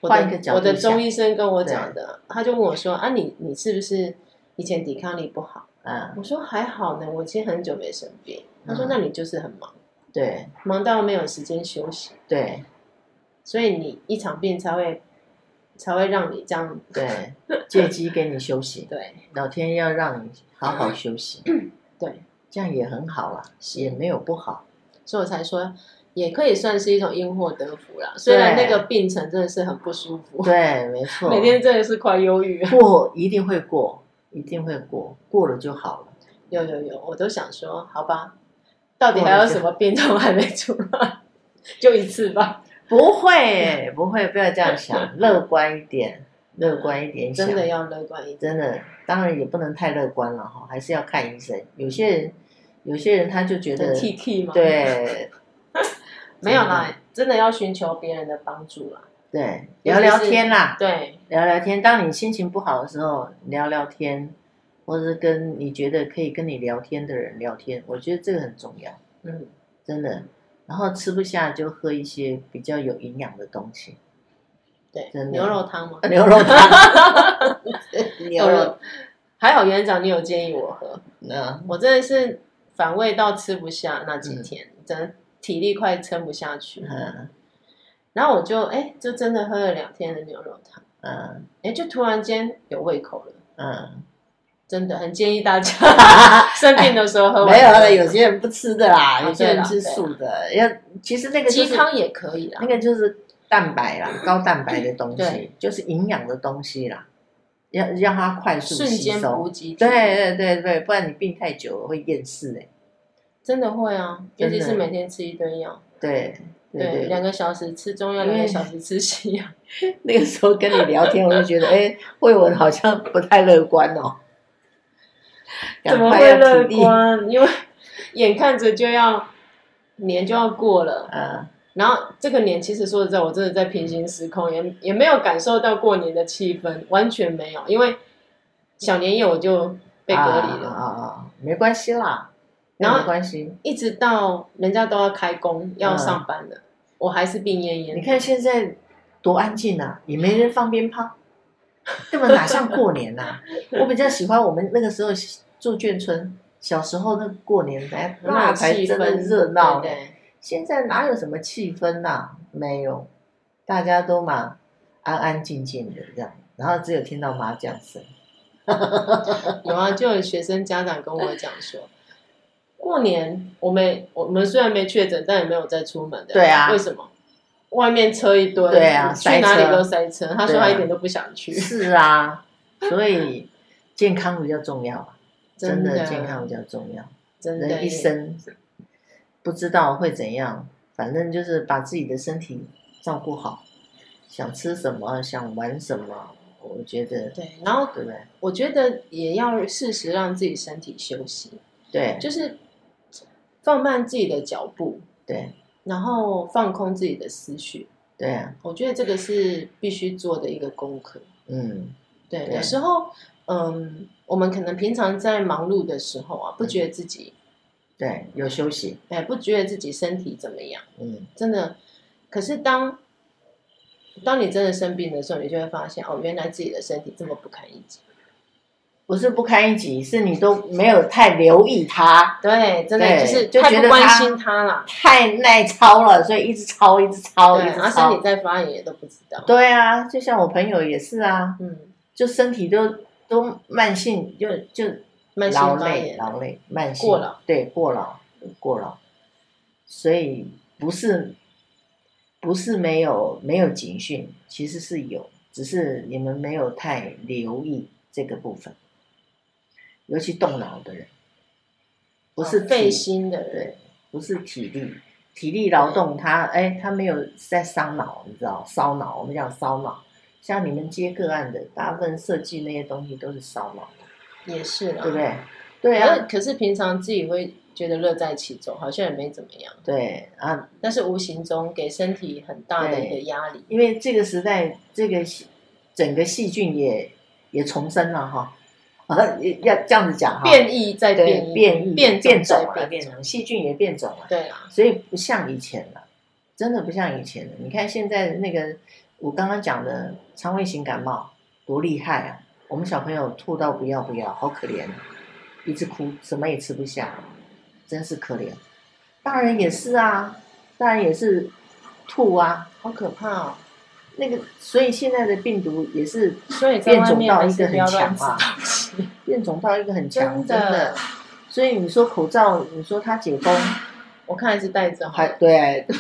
[SPEAKER 2] 我
[SPEAKER 1] 换一个
[SPEAKER 2] 的
[SPEAKER 1] 角度
[SPEAKER 2] 我的
[SPEAKER 1] 想
[SPEAKER 2] 中医生跟我讲的，他就问我说：“啊你，你是不是以前抵抗力不好
[SPEAKER 1] 嗯，？”
[SPEAKER 2] 我说：“还好呢，我其实很久没生病。”他说
[SPEAKER 1] 嗯：“
[SPEAKER 2] 那你就是很忙，
[SPEAKER 1] 对
[SPEAKER 2] 忙到没有时间休息，
[SPEAKER 1] 对
[SPEAKER 2] 所以你一场病才会才会让你这样
[SPEAKER 1] 对，借机给你休息，
[SPEAKER 2] 对
[SPEAKER 1] 老天要让你好好休息，
[SPEAKER 2] 嗯对，
[SPEAKER 1] 这样也很好啦，也没有不好。
[SPEAKER 2] 所以我才说。”也可以算是一种因祸得福啦，虽然
[SPEAKER 1] 对
[SPEAKER 2] 那个病程真的是很不舒服，
[SPEAKER 1] 对，没 错，
[SPEAKER 2] 每天真的是快忧郁。
[SPEAKER 1] 过一定会过，一定会过，过了就好了。
[SPEAKER 2] 有有有，我都想说，好吧，到底还有什么变动还没出来？就一次吧，
[SPEAKER 1] 不
[SPEAKER 2] 嗯
[SPEAKER 1] 会，不会，不要这 样想，乐观一点，乐观一点想
[SPEAKER 2] 真的要乐观一点。
[SPEAKER 1] 真的，当然也不能太乐观了哈，还是要看医生。有些人，有些人他就觉得
[SPEAKER 2] 很 T T 吗？，
[SPEAKER 1] 对
[SPEAKER 2] 没有啦，真的要寻求别人的帮助啦。
[SPEAKER 1] 对，
[SPEAKER 2] 尤其
[SPEAKER 1] 聊
[SPEAKER 2] 是
[SPEAKER 1] 聊天啦，
[SPEAKER 2] 对，
[SPEAKER 1] 聊聊天。当你心情不好的时候，聊聊天，或者是跟你觉得可以跟你聊天的人聊天，我觉得这个很重要，
[SPEAKER 2] 嗯，
[SPEAKER 1] 真的。然后吃不下就喝一些比较有营养的东 西，
[SPEAKER 2] 对
[SPEAKER 1] 真，的
[SPEAKER 2] 牛肉汤吗？
[SPEAKER 1] 牛肉汤， 牛肉，
[SPEAKER 2] 还好园长你有建议我喝，
[SPEAKER 1] 嗯，
[SPEAKER 2] 我真的是反胃到吃不下那几天，真的体力快撑不下去。
[SPEAKER 1] 嗯
[SPEAKER 2] 然后我就哎，就真的喝了两天的牛肉汤，
[SPEAKER 1] 嗯
[SPEAKER 2] 哎，就突然间有胃口了。
[SPEAKER 1] 嗯，
[SPEAKER 2] 真的很建议大家 生病的时候喝完。
[SPEAKER 1] 哎没有了，有些人不吃的啦，
[SPEAKER 2] 啊
[SPEAKER 1] 有些人
[SPEAKER 2] 对啦
[SPEAKER 1] 吃素的，要其实那个就
[SPEAKER 2] 哎鸡
[SPEAKER 1] 是
[SPEAKER 2] 汤也可以啦
[SPEAKER 1] 那。个就是蛋白啦，高蛋白的东西
[SPEAKER 2] 对，
[SPEAKER 1] 就是营养的东西啦，要让它快速
[SPEAKER 2] 瞬
[SPEAKER 1] 吸
[SPEAKER 2] 间
[SPEAKER 1] 收
[SPEAKER 2] 补。给，
[SPEAKER 1] 对，对对对，不然你病太久了会厌世哎、
[SPEAKER 2] 真的会啊，
[SPEAKER 1] 真
[SPEAKER 2] 尤
[SPEAKER 1] 的
[SPEAKER 2] 其是每天吃一堆药，
[SPEAKER 1] 对，
[SPEAKER 2] 对，
[SPEAKER 1] 对
[SPEAKER 2] 两个小时吃中药，
[SPEAKER 1] 因为
[SPEAKER 2] 两个小时吃西药。
[SPEAKER 1] 那个时候跟你聊天，我就觉得，哎，慧文好像不太乐观哦。
[SPEAKER 2] 怎么
[SPEAKER 1] 赶快
[SPEAKER 2] 会
[SPEAKER 1] 要
[SPEAKER 2] 乐
[SPEAKER 1] 体力？
[SPEAKER 2] 观？因为 眼看着就要年就要过了，
[SPEAKER 1] 啊，
[SPEAKER 2] 然后这个年其实说实在，我真的在平行时空，也也没有感受到过年的气氛，完全没有。因为小年夜我就被隔离了，
[SPEAKER 1] 啊啊啊，没关系啦，
[SPEAKER 2] 然后
[SPEAKER 1] 没关系。
[SPEAKER 2] 一直到人家都要开工要
[SPEAKER 1] 嗯
[SPEAKER 2] 上班了，我还是病恹恹。
[SPEAKER 1] 你看现在多安静啊，也没人放鞭炮，根本哪像过年呐、啊！我比较喜欢我们那个时候住眷村，小时候那过年才
[SPEAKER 2] 很
[SPEAKER 1] 那
[SPEAKER 2] 有
[SPEAKER 1] 才
[SPEAKER 2] 气
[SPEAKER 1] 真的
[SPEAKER 2] 氛
[SPEAKER 1] 热闹。
[SPEAKER 2] 对对
[SPEAKER 1] 现在哪有什么气氛呐、没有，大家都嘛安安静静的这样，然后只有听到麻 将声。
[SPEAKER 2] 有啊，就有学生家长跟我讲说，过年我们我们虽然没确诊，但也没有再出门的。
[SPEAKER 1] 对啊
[SPEAKER 2] 为什么？外面车一堆，
[SPEAKER 1] 对啊
[SPEAKER 2] 去哪
[SPEAKER 1] 塞车
[SPEAKER 2] 里都塞车。他说
[SPEAKER 1] 对啊
[SPEAKER 2] 他一点都不想 去，
[SPEAKER 1] 是啊，所以健康比较重要啊，真
[SPEAKER 2] 的
[SPEAKER 1] 的健康比较重要。
[SPEAKER 2] 真的
[SPEAKER 1] 人一生不知道会怎样，反正就是把自己的身体照顾好，想吃什么，想玩什么，我觉得
[SPEAKER 2] 对。然后
[SPEAKER 1] 对不对？
[SPEAKER 2] 我觉得也要适时让自己身体休息，
[SPEAKER 1] 对
[SPEAKER 2] 就是放慢自己的脚步，
[SPEAKER 1] 对
[SPEAKER 2] 然后放空自己的思绪。
[SPEAKER 1] 对啊，
[SPEAKER 2] 我觉得这个是必须做的一个功课。
[SPEAKER 1] 嗯，
[SPEAKER 2] 对，
[SPEAKER 1] 对
[SPEAKER 2] 有时候，嗯，我们可能平常在忙碌的时候啊，不觉得自己，
[SPEAKER 1] 对，有休息，
[SPEAKER 2] 哎，不觉得自己身体怎么样，
[SPEAKER 1] 嗯，
[SPEAKER 2] 真的。可是当当你真的生病的时候，你就会发现，哦，原来自己的身体这么不堪一击。
[SPEAKER 1] 不是不堪一击，是你都没有太留意它，
[SPEAKER 2] 对，真
[SPEAKER 1] 对
[SPEAKER 2] 的就是
[SPEAKER 1] 就
[SPEAKER 2] 太
[SPEAKER 1] 觉
[SPEAKER 2] 不
[SPEAKER 1] 得
[SPEAKER 2] 关
[SPEAKER 1] 他
[SPEAKER 2] 心他啦。
[SPEAKER 1] 太耐操了，所以一直操，一直操，
[SPEAKER 2] 对，
[SPEAKER 1] 一直
[SPEAKER 2] 然后身
[SPEAKER 1] 操
[SPEAKER 2] 体。在发炎也都不知道。
[SPEAKER 1] 对啊，就像我朋友也是啊，
[SPEAKER 2] 嗯，
[SPEAKER 1] 就身体都都慢性，就就
[SPEAKER 2] 慢性
[SPEAKER 1] 劳
[SPEAKER 2] 发
[SPEAKER 1] 累、
[SPEAKER 2] 炎，
[SPEAKER 1] 劳累、慢性
[SPEAKER 2] 过劳，
[SPEAKER 1] 对，过劳、过劳，所以不是不是没有没有警讯，其实是有，只是你们没有太留意这个部分，尤其动脑的人，不是
[SPEAKER 2] 哦费
[SPEAKER 1] 体
[SPEAKER 2] 心的人
[SPEAKER 1] 对，不是体力，体力劳动他哎，他没有在伤脑，你知道烧脑，我们讲烧脑。像你们接个案的，大部分设计那些东西都是烧脑，
[SPEAKER 2] 也是啦。
[SPEAKER 1] 对不对？对
[SPEAKER 2] 可
[SPEAKER 1] 啊
[SPEAKER 2] 是，，可是平常自己会觉得乐在其中，好像也没怎么样。
[SPEAKER 1] 对啊，
[SPEAKER 2] 但是无形中给身体很大的一个压力。
[SPEAKER 1] 因为这个时代，这个细整个细菌也也重生了哈，啊，也要这样子讲哈，
[SPEAKER 2] 变异再变
[SPEAKER 1] 对
[SPEAKER 2] 异，
[SPEAKER 1] 变异
[SPEAKER 2] 变
[SPEAKER 1] 变
[SPEAKER 2] 种
[SPEAKER 1] 种
[SPEAKER 2] 再
[SPEAKER 1] 了，变种细菌也变种了，
[SPEAKER 2] 对啊啦，
[SPEAKER 1] 所以不像以前了，真的不像以前了。你看现在那个我刚刚讲的肠胃型感冒多厉害啊！我们小朋友吐到不要不要，好可怜、啊，一直哭，什么也吃不下，真是可怜。大人也是啊，大人也是吐啊，
[SPEAKER 2] 好可怕哦！
[SPEAKER 1] 那个，所以现在的病毒也是
[SPEAKER 2] 所以在外面还是不要
[SPEAKER 1] 变
[SPEAKER 2] 乱吃
[SPEAKER 1] 种到一个很强啊
[SPEAKER 2] 东西，
[SPEAKER 1] 变种到一个很
[SPEAKER 2] 真
[SPEAKER 1] 强，真的。所以你说口罩，你说它解封，
[SPEAKER 2] 我看还是带着好
[SPEAKER 1] 还
[SPEAKER 2] 了。
[SPEAKER 1] 对，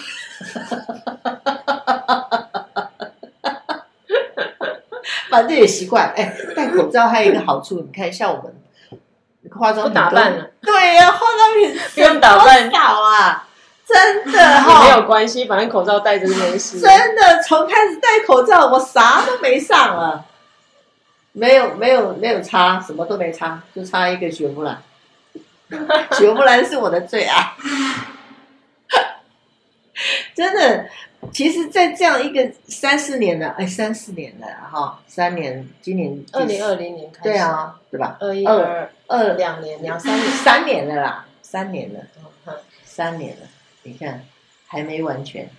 [SPEAKER 1] 反正也习惯。哎，戴口罩还有一个好处，你看像我们化妆
[SPEAKER 2] 不
[SPEAKER 1] 品
[SPEAKER 2] 打
[SPEAKER 1] 都
[SPEAKER 2] 扮了，
[SPEAKER 1] 对呀、化妆品
[SPEAKER 2] 不用打扮
[SPEAKER 1] 多少啊，真的
[SPEAKER 2] 也
[SPEAKER 1] 哈、
[SPEAKER 2] 没有关系，反正口罩戴着就没事。
[SPEAKER 1] 真的，从开始戴口罩，我啥都没上了，没有没有没有擦，什么都没擦，就擦一个雪佛兰。 雪佛兰是我的最爱， 真的。其实，在这样一个三四年了，哎，三四年了哈，三年，今年
[SPEAKER 2] 二零二零年开始，
[SPEAKER 1] 对，啊，对吧？
[SPEAKER 2] 二一二
[SPEAKER 1] 二
[SPEAKER 2] 两年两三
[SPEAKER 1] 三
[SPEAKER 2] 年，
[SPEAKER 1] 三年了啦，三年了。
[SPEAKER 2] 嗯哼
[SPEAKER 1] 三年了，你看还没完全。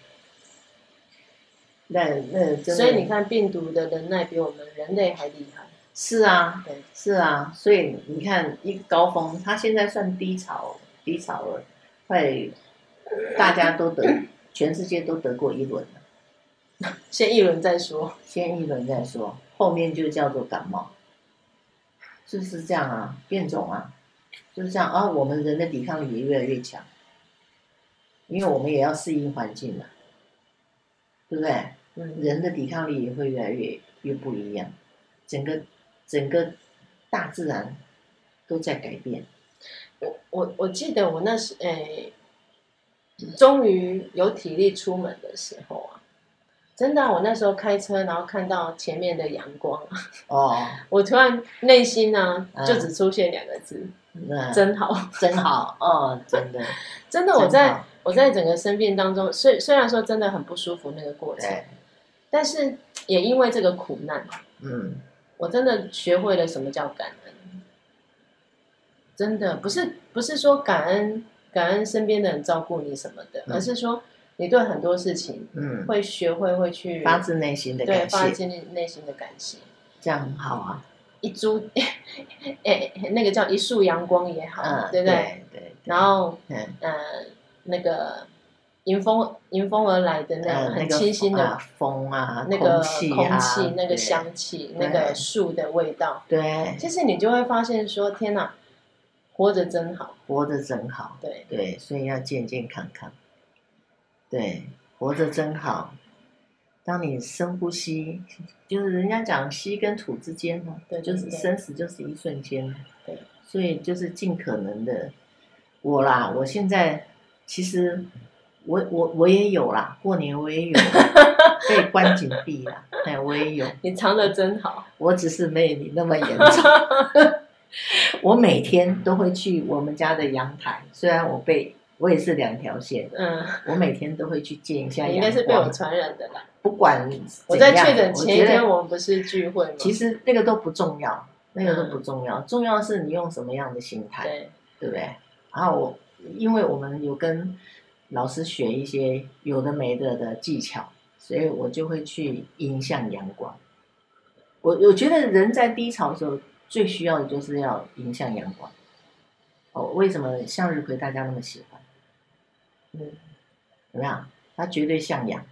[SPEAKER 1] 那那真的
[SPEAKER 2] 所以你看病毒的能耐比我们人类还厉害。
[SPEAKER 1] 是啊
[SPEAKER 2] 对，
[SPEAKER 1] 是啊，所以你看一个高峰，它现在算低潮，低潮了，快大家都得，全世界都得过一轮了，
[SPEAKER 2] 先一轮再说，
[SPEAKER 1] 先一轮再说，后面就叫做感冒，是不是这样啊？变种啊，就是这样啊。我们人的抵抗力也越来越强，因为我们也要适应环境嘛，对不对？
[SPEAKER 2] 嗯，
[SPEAKER 1] 人的抵抗力也会越来越越不一样，整个整个大自然都在改变。
[SPEAKER 2] 我我我记得我那时诶、终于有体力出门的时候啊，真的啊、我那时候开车，然后看到前面的阳光，啊
[SPEAKER 1] 哦，
[SPEAKER 2] 我突然内心呢、
[SPEAKER 1] 嗯
[SPEAKER 2] 就只出现两个字：
[SPEAKER 1] 那
[SPEAKER 2] 真好。
[SPEAKER 1] 真好，哦，真 的，
[SPEAKER 2] 真的，我
[SPEAKER 1] 真
[SPEAKER 2] 在
[SPEAKER 1] 好
[SPEAKER 2] 我在整个生病当中，虽虽然说真的很不舒服那个过程，
[SPEAKER 1] 对，
[SPEAKER 2] 但是也因为这个苦难，
[SPEAKER 1] 嗯，
[SPEAKER 2] 我真的学会了什么叫感恩。真的不是不是说感恩感恩身边的人照顾你什么的，
[SPEAKER 1] 嗯
[SPEAKER 2] 而是说你对很多事情
[SPEAKER 1] 嗯，
[SPEAKER 2] 会学会会去
[SPEAKER 1] 发自内心的
[SPEAKER 2] 对
[SPEAKER 1] 感
[SPEAKER 2] 发
[SPEAKER 1] 谢，
[SPEAKER 2] 自内内心的感谢。
[SPEAKER 1] 这样很好啊，
[SPEAKER 2] 一株， 哎、那个叫一束阳光也好，
[SPEAKER 1] 嗯，
[SPEAKER 2] 对不对？
[SPEAKER 1] 对对，
[SPEAKER 2] 然后
[SPEAKER 1] 嗯
[SPEAKER 2] 呃，那个迎风迎风而来的那
[SPEAKER 1] 嗯
[SPEAKER 2] 种
[SPEAKER 1] 那
[SPEAKER 2] 很
[SPEAKER 1] 个
[SPEAKER 2] 清新
[SPEAKER 1] 啊
[SPEAKER 2] 的
[SPEAKER 1] 风啊，
[SPEAKER 2] 那个
[SPEAKER 1] 空气
[SPEAKER 2] 空
[SPEAKER 1] 啊
[SPEAKER 2] 气、那个
[SPEAKER 1] 对
[SPEAKER 2] 香气、那
[SPEAKER 1] 对
[SPEAKER 2] 个树的味道，
[SPEAKER 1] 对，
[SPEAKER 2] 其实你就会发现说，天哪，活着真好。
[SPEAKER 1] 活得真好，
[SPEAKER 2] 对，
[SPEAKER 1] 对，所以要健健康康，对，活着真好。当你深呼吸，就是人家讲吸跟吐之间嘛，
[SPEAKER 2] 对
[SPEAKER 1] 就是
[SPEAKER 2] 对对
[SPEAKER 1] 生死就是一瞬间嘛，
[SPEAKER 2] 对，
[SPEAKER 1] 所以就是尽可能的，我啦，我现在其实我我我也有啦，过年我也有被关紧闭啦，哎，我也有，
[SPEAKER 2] 你藏的真好。
[SPEAKER 1] 我只是没有你那么严重。 我每天都会去我们家的阳台，虽然我被我也是两条线，
[SPEAKER 2] 嗯，
[SPEAKER 1] 我每天都会去见一下
[SPEAKER 2] 你应
[SPEAKER 1] 阳光。
[SPEAKER 2] 该是被我传染的啦。
[SPEAKER 1] 不管怎样
[SPEAKER 2] 我在确诊前一
[SPEAKER 1] 我觉
[SPEAKER 2] 天，
[SPEAKER 1] 得
[SPEAKER 2] 我们不是聚会吗？
[SPEAKER 1] 其实那个都不重要，那个
[SPEAKER 2] 嗯
[SPEAKER 1] 都不重要，重要是你用什么样的心态。
[SPEAKER 2] 对，
[SPEAKER 1] 对不对？然后我因为我们有跟老师学一些有的没的的技巧，所以我就会去迎向阳光。我我觉得人在低潮的时候最需要的就是要迎向阳光。哦，为什么向日葵大家那么喜欢？
[SPEAKER 2] 嗯，
[SPEAKER 1] 怎么样？它绝对向阳，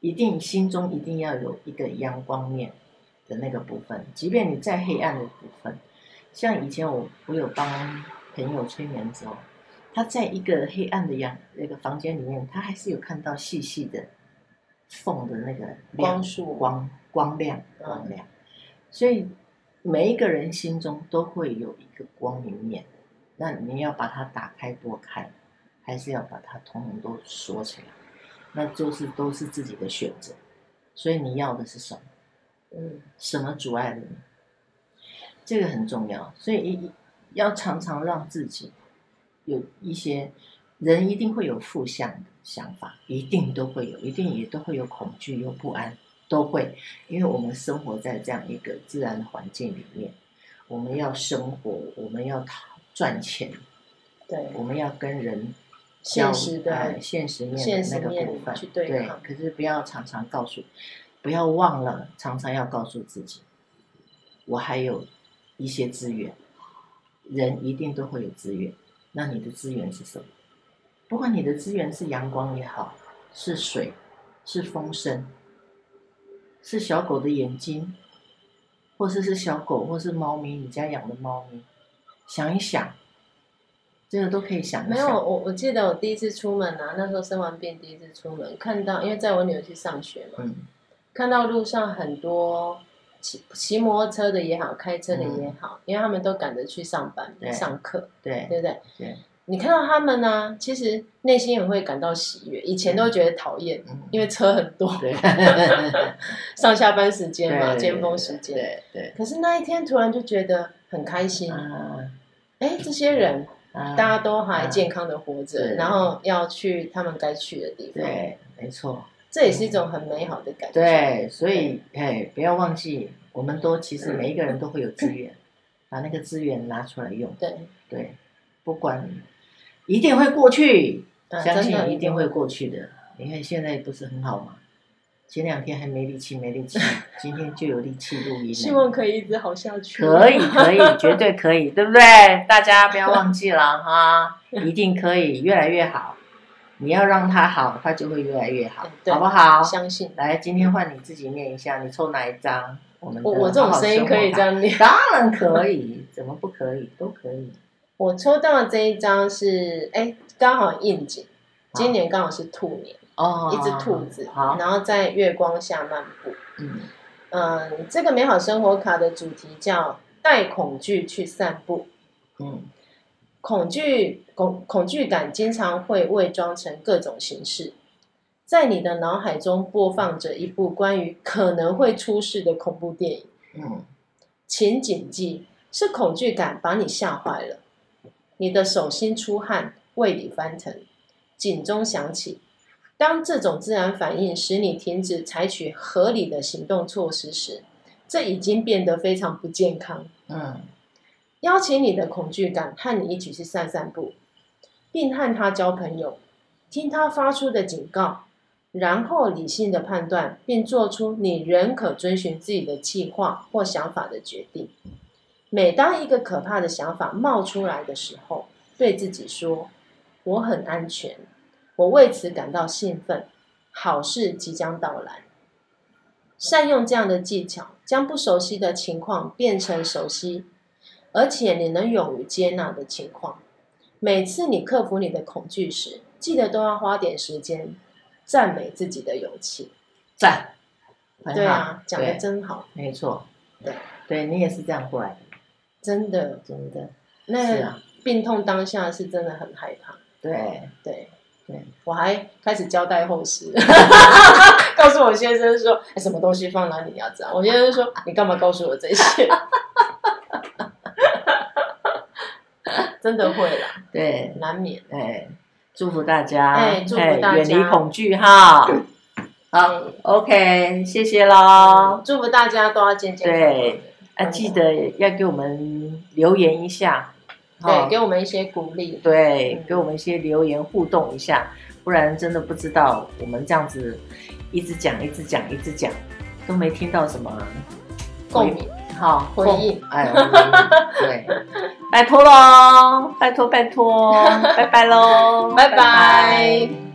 [SPEAKER 1] 一定心中一定要有一个阳光面的那个部分，即便你在黑暗的部分。像以前我我有帮朋友催眠的时候，他在一个黑暗的阳那个房间里面，他还是有看到细细的缝的那个亮
[SPEAKER 2] 光束
[SPEAKER 1] 光光亮光亮，所以每一个人心中都会有一个光明面，那你要把它打开多开，还是要把它统统都锁起来，那就是都是自己的选择，所以你要的是什么？
[SPEAKER 2] 嗯，
[SPEAKER 1] 什么阻碍了你？这个很重要，所以一要常常让自己有一些人一定会有负向的想法，一定都会有，一定也都会有恐惧、有不安，都会，因为我们生活在这样一个自然的环境里面，我们要生活，我们要讨赚钱，
[SPEAKER 2] 对，
[SPEAKER 1] 我们要跟人
[SPEAKER 2] 现
[SPEAKER 1] 交
[SPEAKER 2] 实的
[SPEAKER 1] 哎现实面
[SPEAKER 2] 现
[SPEAKER 1] 的
[SPEAKER 2] 实
[SPEAKER 1] 那个
[SPEAKER 2] 面
[SPEAKER 1] 部分
[SPEAKER 2] 去对抗
[SPEAKER 1] 可是不要常常告诉，不要忘了常常要告诉自己，我还有一些资源，人一定都会有资源。那你的资源是什么？不管你的资源是阳光也好，是水，是风声，是小狗的眼睛，或是是小狗，或是猫咪，你家养的猫咪，想一想，这个都可以想一想。
[SPEAKER 2] 没有，我我记得我第一次出门啊，那时候生完病第一次出门，看到因为在我女儿去上学嘛，
[SPEAKER 1] 嗯，
[SPEAKER 2] 看到路上很多骑骑摩托车的也好，开车的也好，因为他们都赶着去上班
[SPEAKER 1] 嗯对
[SPEAKER 2] 上课，
[SPEAKER 1] 对
[SPEAKER 2] 对不对？
[SPEAKER 1] 对，
[SPEAKER 2] 你看到他们呢、其实内心很会感到喜悦，以前都觉得讨厌，
[SPEAKER 1] 嗯，
[SPEAKER 2] 因为车很多，
[SPEAKER 1] 对，
[SPEAKER 2] 上下班时间嘛，
[SPEAKER 1] 对
[SPEAKER 2] 尖峰时间。
[SPEAKER 1] 对对，
[SPEAKER 2] 可是那一天突然就觉得很开心，
[SPEAKER 1] 啊
[SPEAKER 2] 哎、这些人
[SPEAKER 1] 啊，
[SPEAKER 2] 嗯大家都还健康的活着，
[SPEAKER 1] 对
[SPEAKER 2] 然后要去他们该去的地方，
[SPEAKER 1] 嗯对，没错，
[SPEAKER 2] 这也是一种很美好的感觉。
[SPEAKER 1] 对，所以哎，不要忘记，我们都其实每一个人都会有资源，把那个资源拿出来用，
[SPEAKER 2] 对，
[SPEAKER 1] 对，不管一定会过去，
[SPEAKER 2] 嗯
[SPEAKER 1] 相
[SPEAKER 2] 真的
[SPEAKER 1] 信一定会过去的。你看现在不是很好吗？前两天还没力气，没力气，今天就有力气录音
[SPEAKER 2] 希
[SPEAKER 1] 了。
[SPEAKER 2] 望可以一直好下去。
[SPEAKER 1] 可以，可以，绝对可以，对不对？大家不要忘记了哈，一定可以，越来越好。你要让它好，它就会越来越好
[SPEAKER 2] 嗯，对
[SPEAKER 1] 好不好？
[SPEAKER 2] 相信
[SPEAKER 1] 来，今天换你自己念一下，你抽哪一张？我们的
[SPEAKER 2] 我，我这种
[SPEAKER 1] 好好
[SPEAKER 2] 声音
[SPEAKER 1] 生活
[SPEAKER 2] 可以这
[SPEAKER 1] 法，
[SPEAKER 2] 样念。
[SPEAKER 1] 当然可以，怎么不可以？都可以。
[SPEAKER 2] 我抽到的这一张是，哎，刚好应景，今年刚好是兔年，
[SPEAKER 1] 哦，
[SPEAKER 2] 一只兔子，
[SPEAKER 1] 好，
[SPEAKER 2] 然后在月光下漫步。
[SPEAKER 1] 嗯，
[SPEAKER 2] 嗯，这个美好生活卡的主题叫带恐惧去散步。
[SPEAKER 1] 嗯，
[SPEAKER 2] 恐惧恐恐惧感经常会伪装成各种形式，在你的脑海中播放着一部关于可能会出事的恐怖电影。
[SPEAKER 1] 嗯，
[SPEAKER 2] 请谨记，是恐惧感把你吓坏了。你的手心出汗，胃里翻腾，警钟响起。当这种自然反应使你停止采取合理的行动措施时，这已经变得非常不健康。
[SPEAKER 1] 嗯，
[SPEAKER 2] 邀请你的恐惧感和你一起去散散步，并和他交朋友，听他发出的警告，然后理性的判断，并做出你仍可遵循自己的计划或想法的决定。每当一个可怕的想法冒出来的时候，对自己说：“我很安全，我为此感到兴奋，好事即将到来。”善用这样的技巧，将不熟悉的情况变成熟悉，而且你能勇于接纳的情况。每次你克服你的恐惧时，记得都要花点时间赞美自己的勇气。
[SPEAKER 1] 赞，很好
[SPEAKER 2] 对啊，讲的
[SPEAKER 1] 对
[SPEAKER 2] 真好，
[SPEAKER 1] 没错，
[SPEAKER 2] 对，
[SPEAKER 1] 对你也是这样过来的，
[SPEAKER 2] 真的。
[SPEAKER 1] 真的，是
[SPEAKER 2] 那
[SPEAKER 1] 啊
[SPEAKER 2] 病痛当下是真的很害怕。
[SPEAKER 1] 对
[SPEAKER 2] 对，
[SPEAKER 1] 对，
[SPEAKER 2] 我还开始交代后 事，告诉我先生说、哎什么东西放哪里你要知道。我先生说啊你干嘛告诉我这些？ 真的会啦，
[SPEAKER 1] 对，
[SPEAKER 2] 难免。
[SPEAKER 1] 哎，祝福大家，
[SPEAKER 2] 哎祝福大家
[SPEAKER 1] 远离恐惧哈。好
[SPEAKER 2] 嗯
[SPEAKER 1] ，OK，谢谢喽。
[SPEAKER 2] 祝福大家都要健健康康的
[SPEAKER 1] 对，啊，记得要给我们留言一下，
[SPEAKER 2] 对，
[SPEAKER 1] 哦
[SPEAKER 2] 给我们一些鼓励。
[SPEAKER 1] 对
[SPEAKER 2] 嗯，
[SPEAKER 1] 给我们一些留言互动一下，不然真的不知道我们这样子一直讲、一直讲、一直讲，都没听到什么
[SPEAKER 2] 共鸣，
[SPEAKER 1] 好
[SPEAKER 2] 回
[SPEAKER 1] 共
[SPEAKER 2] 应
[SPEAKER 1] 哎，回应对，拜托喽，拜托拜托，拜拜喽，
[SPEAKER 2] 拜拜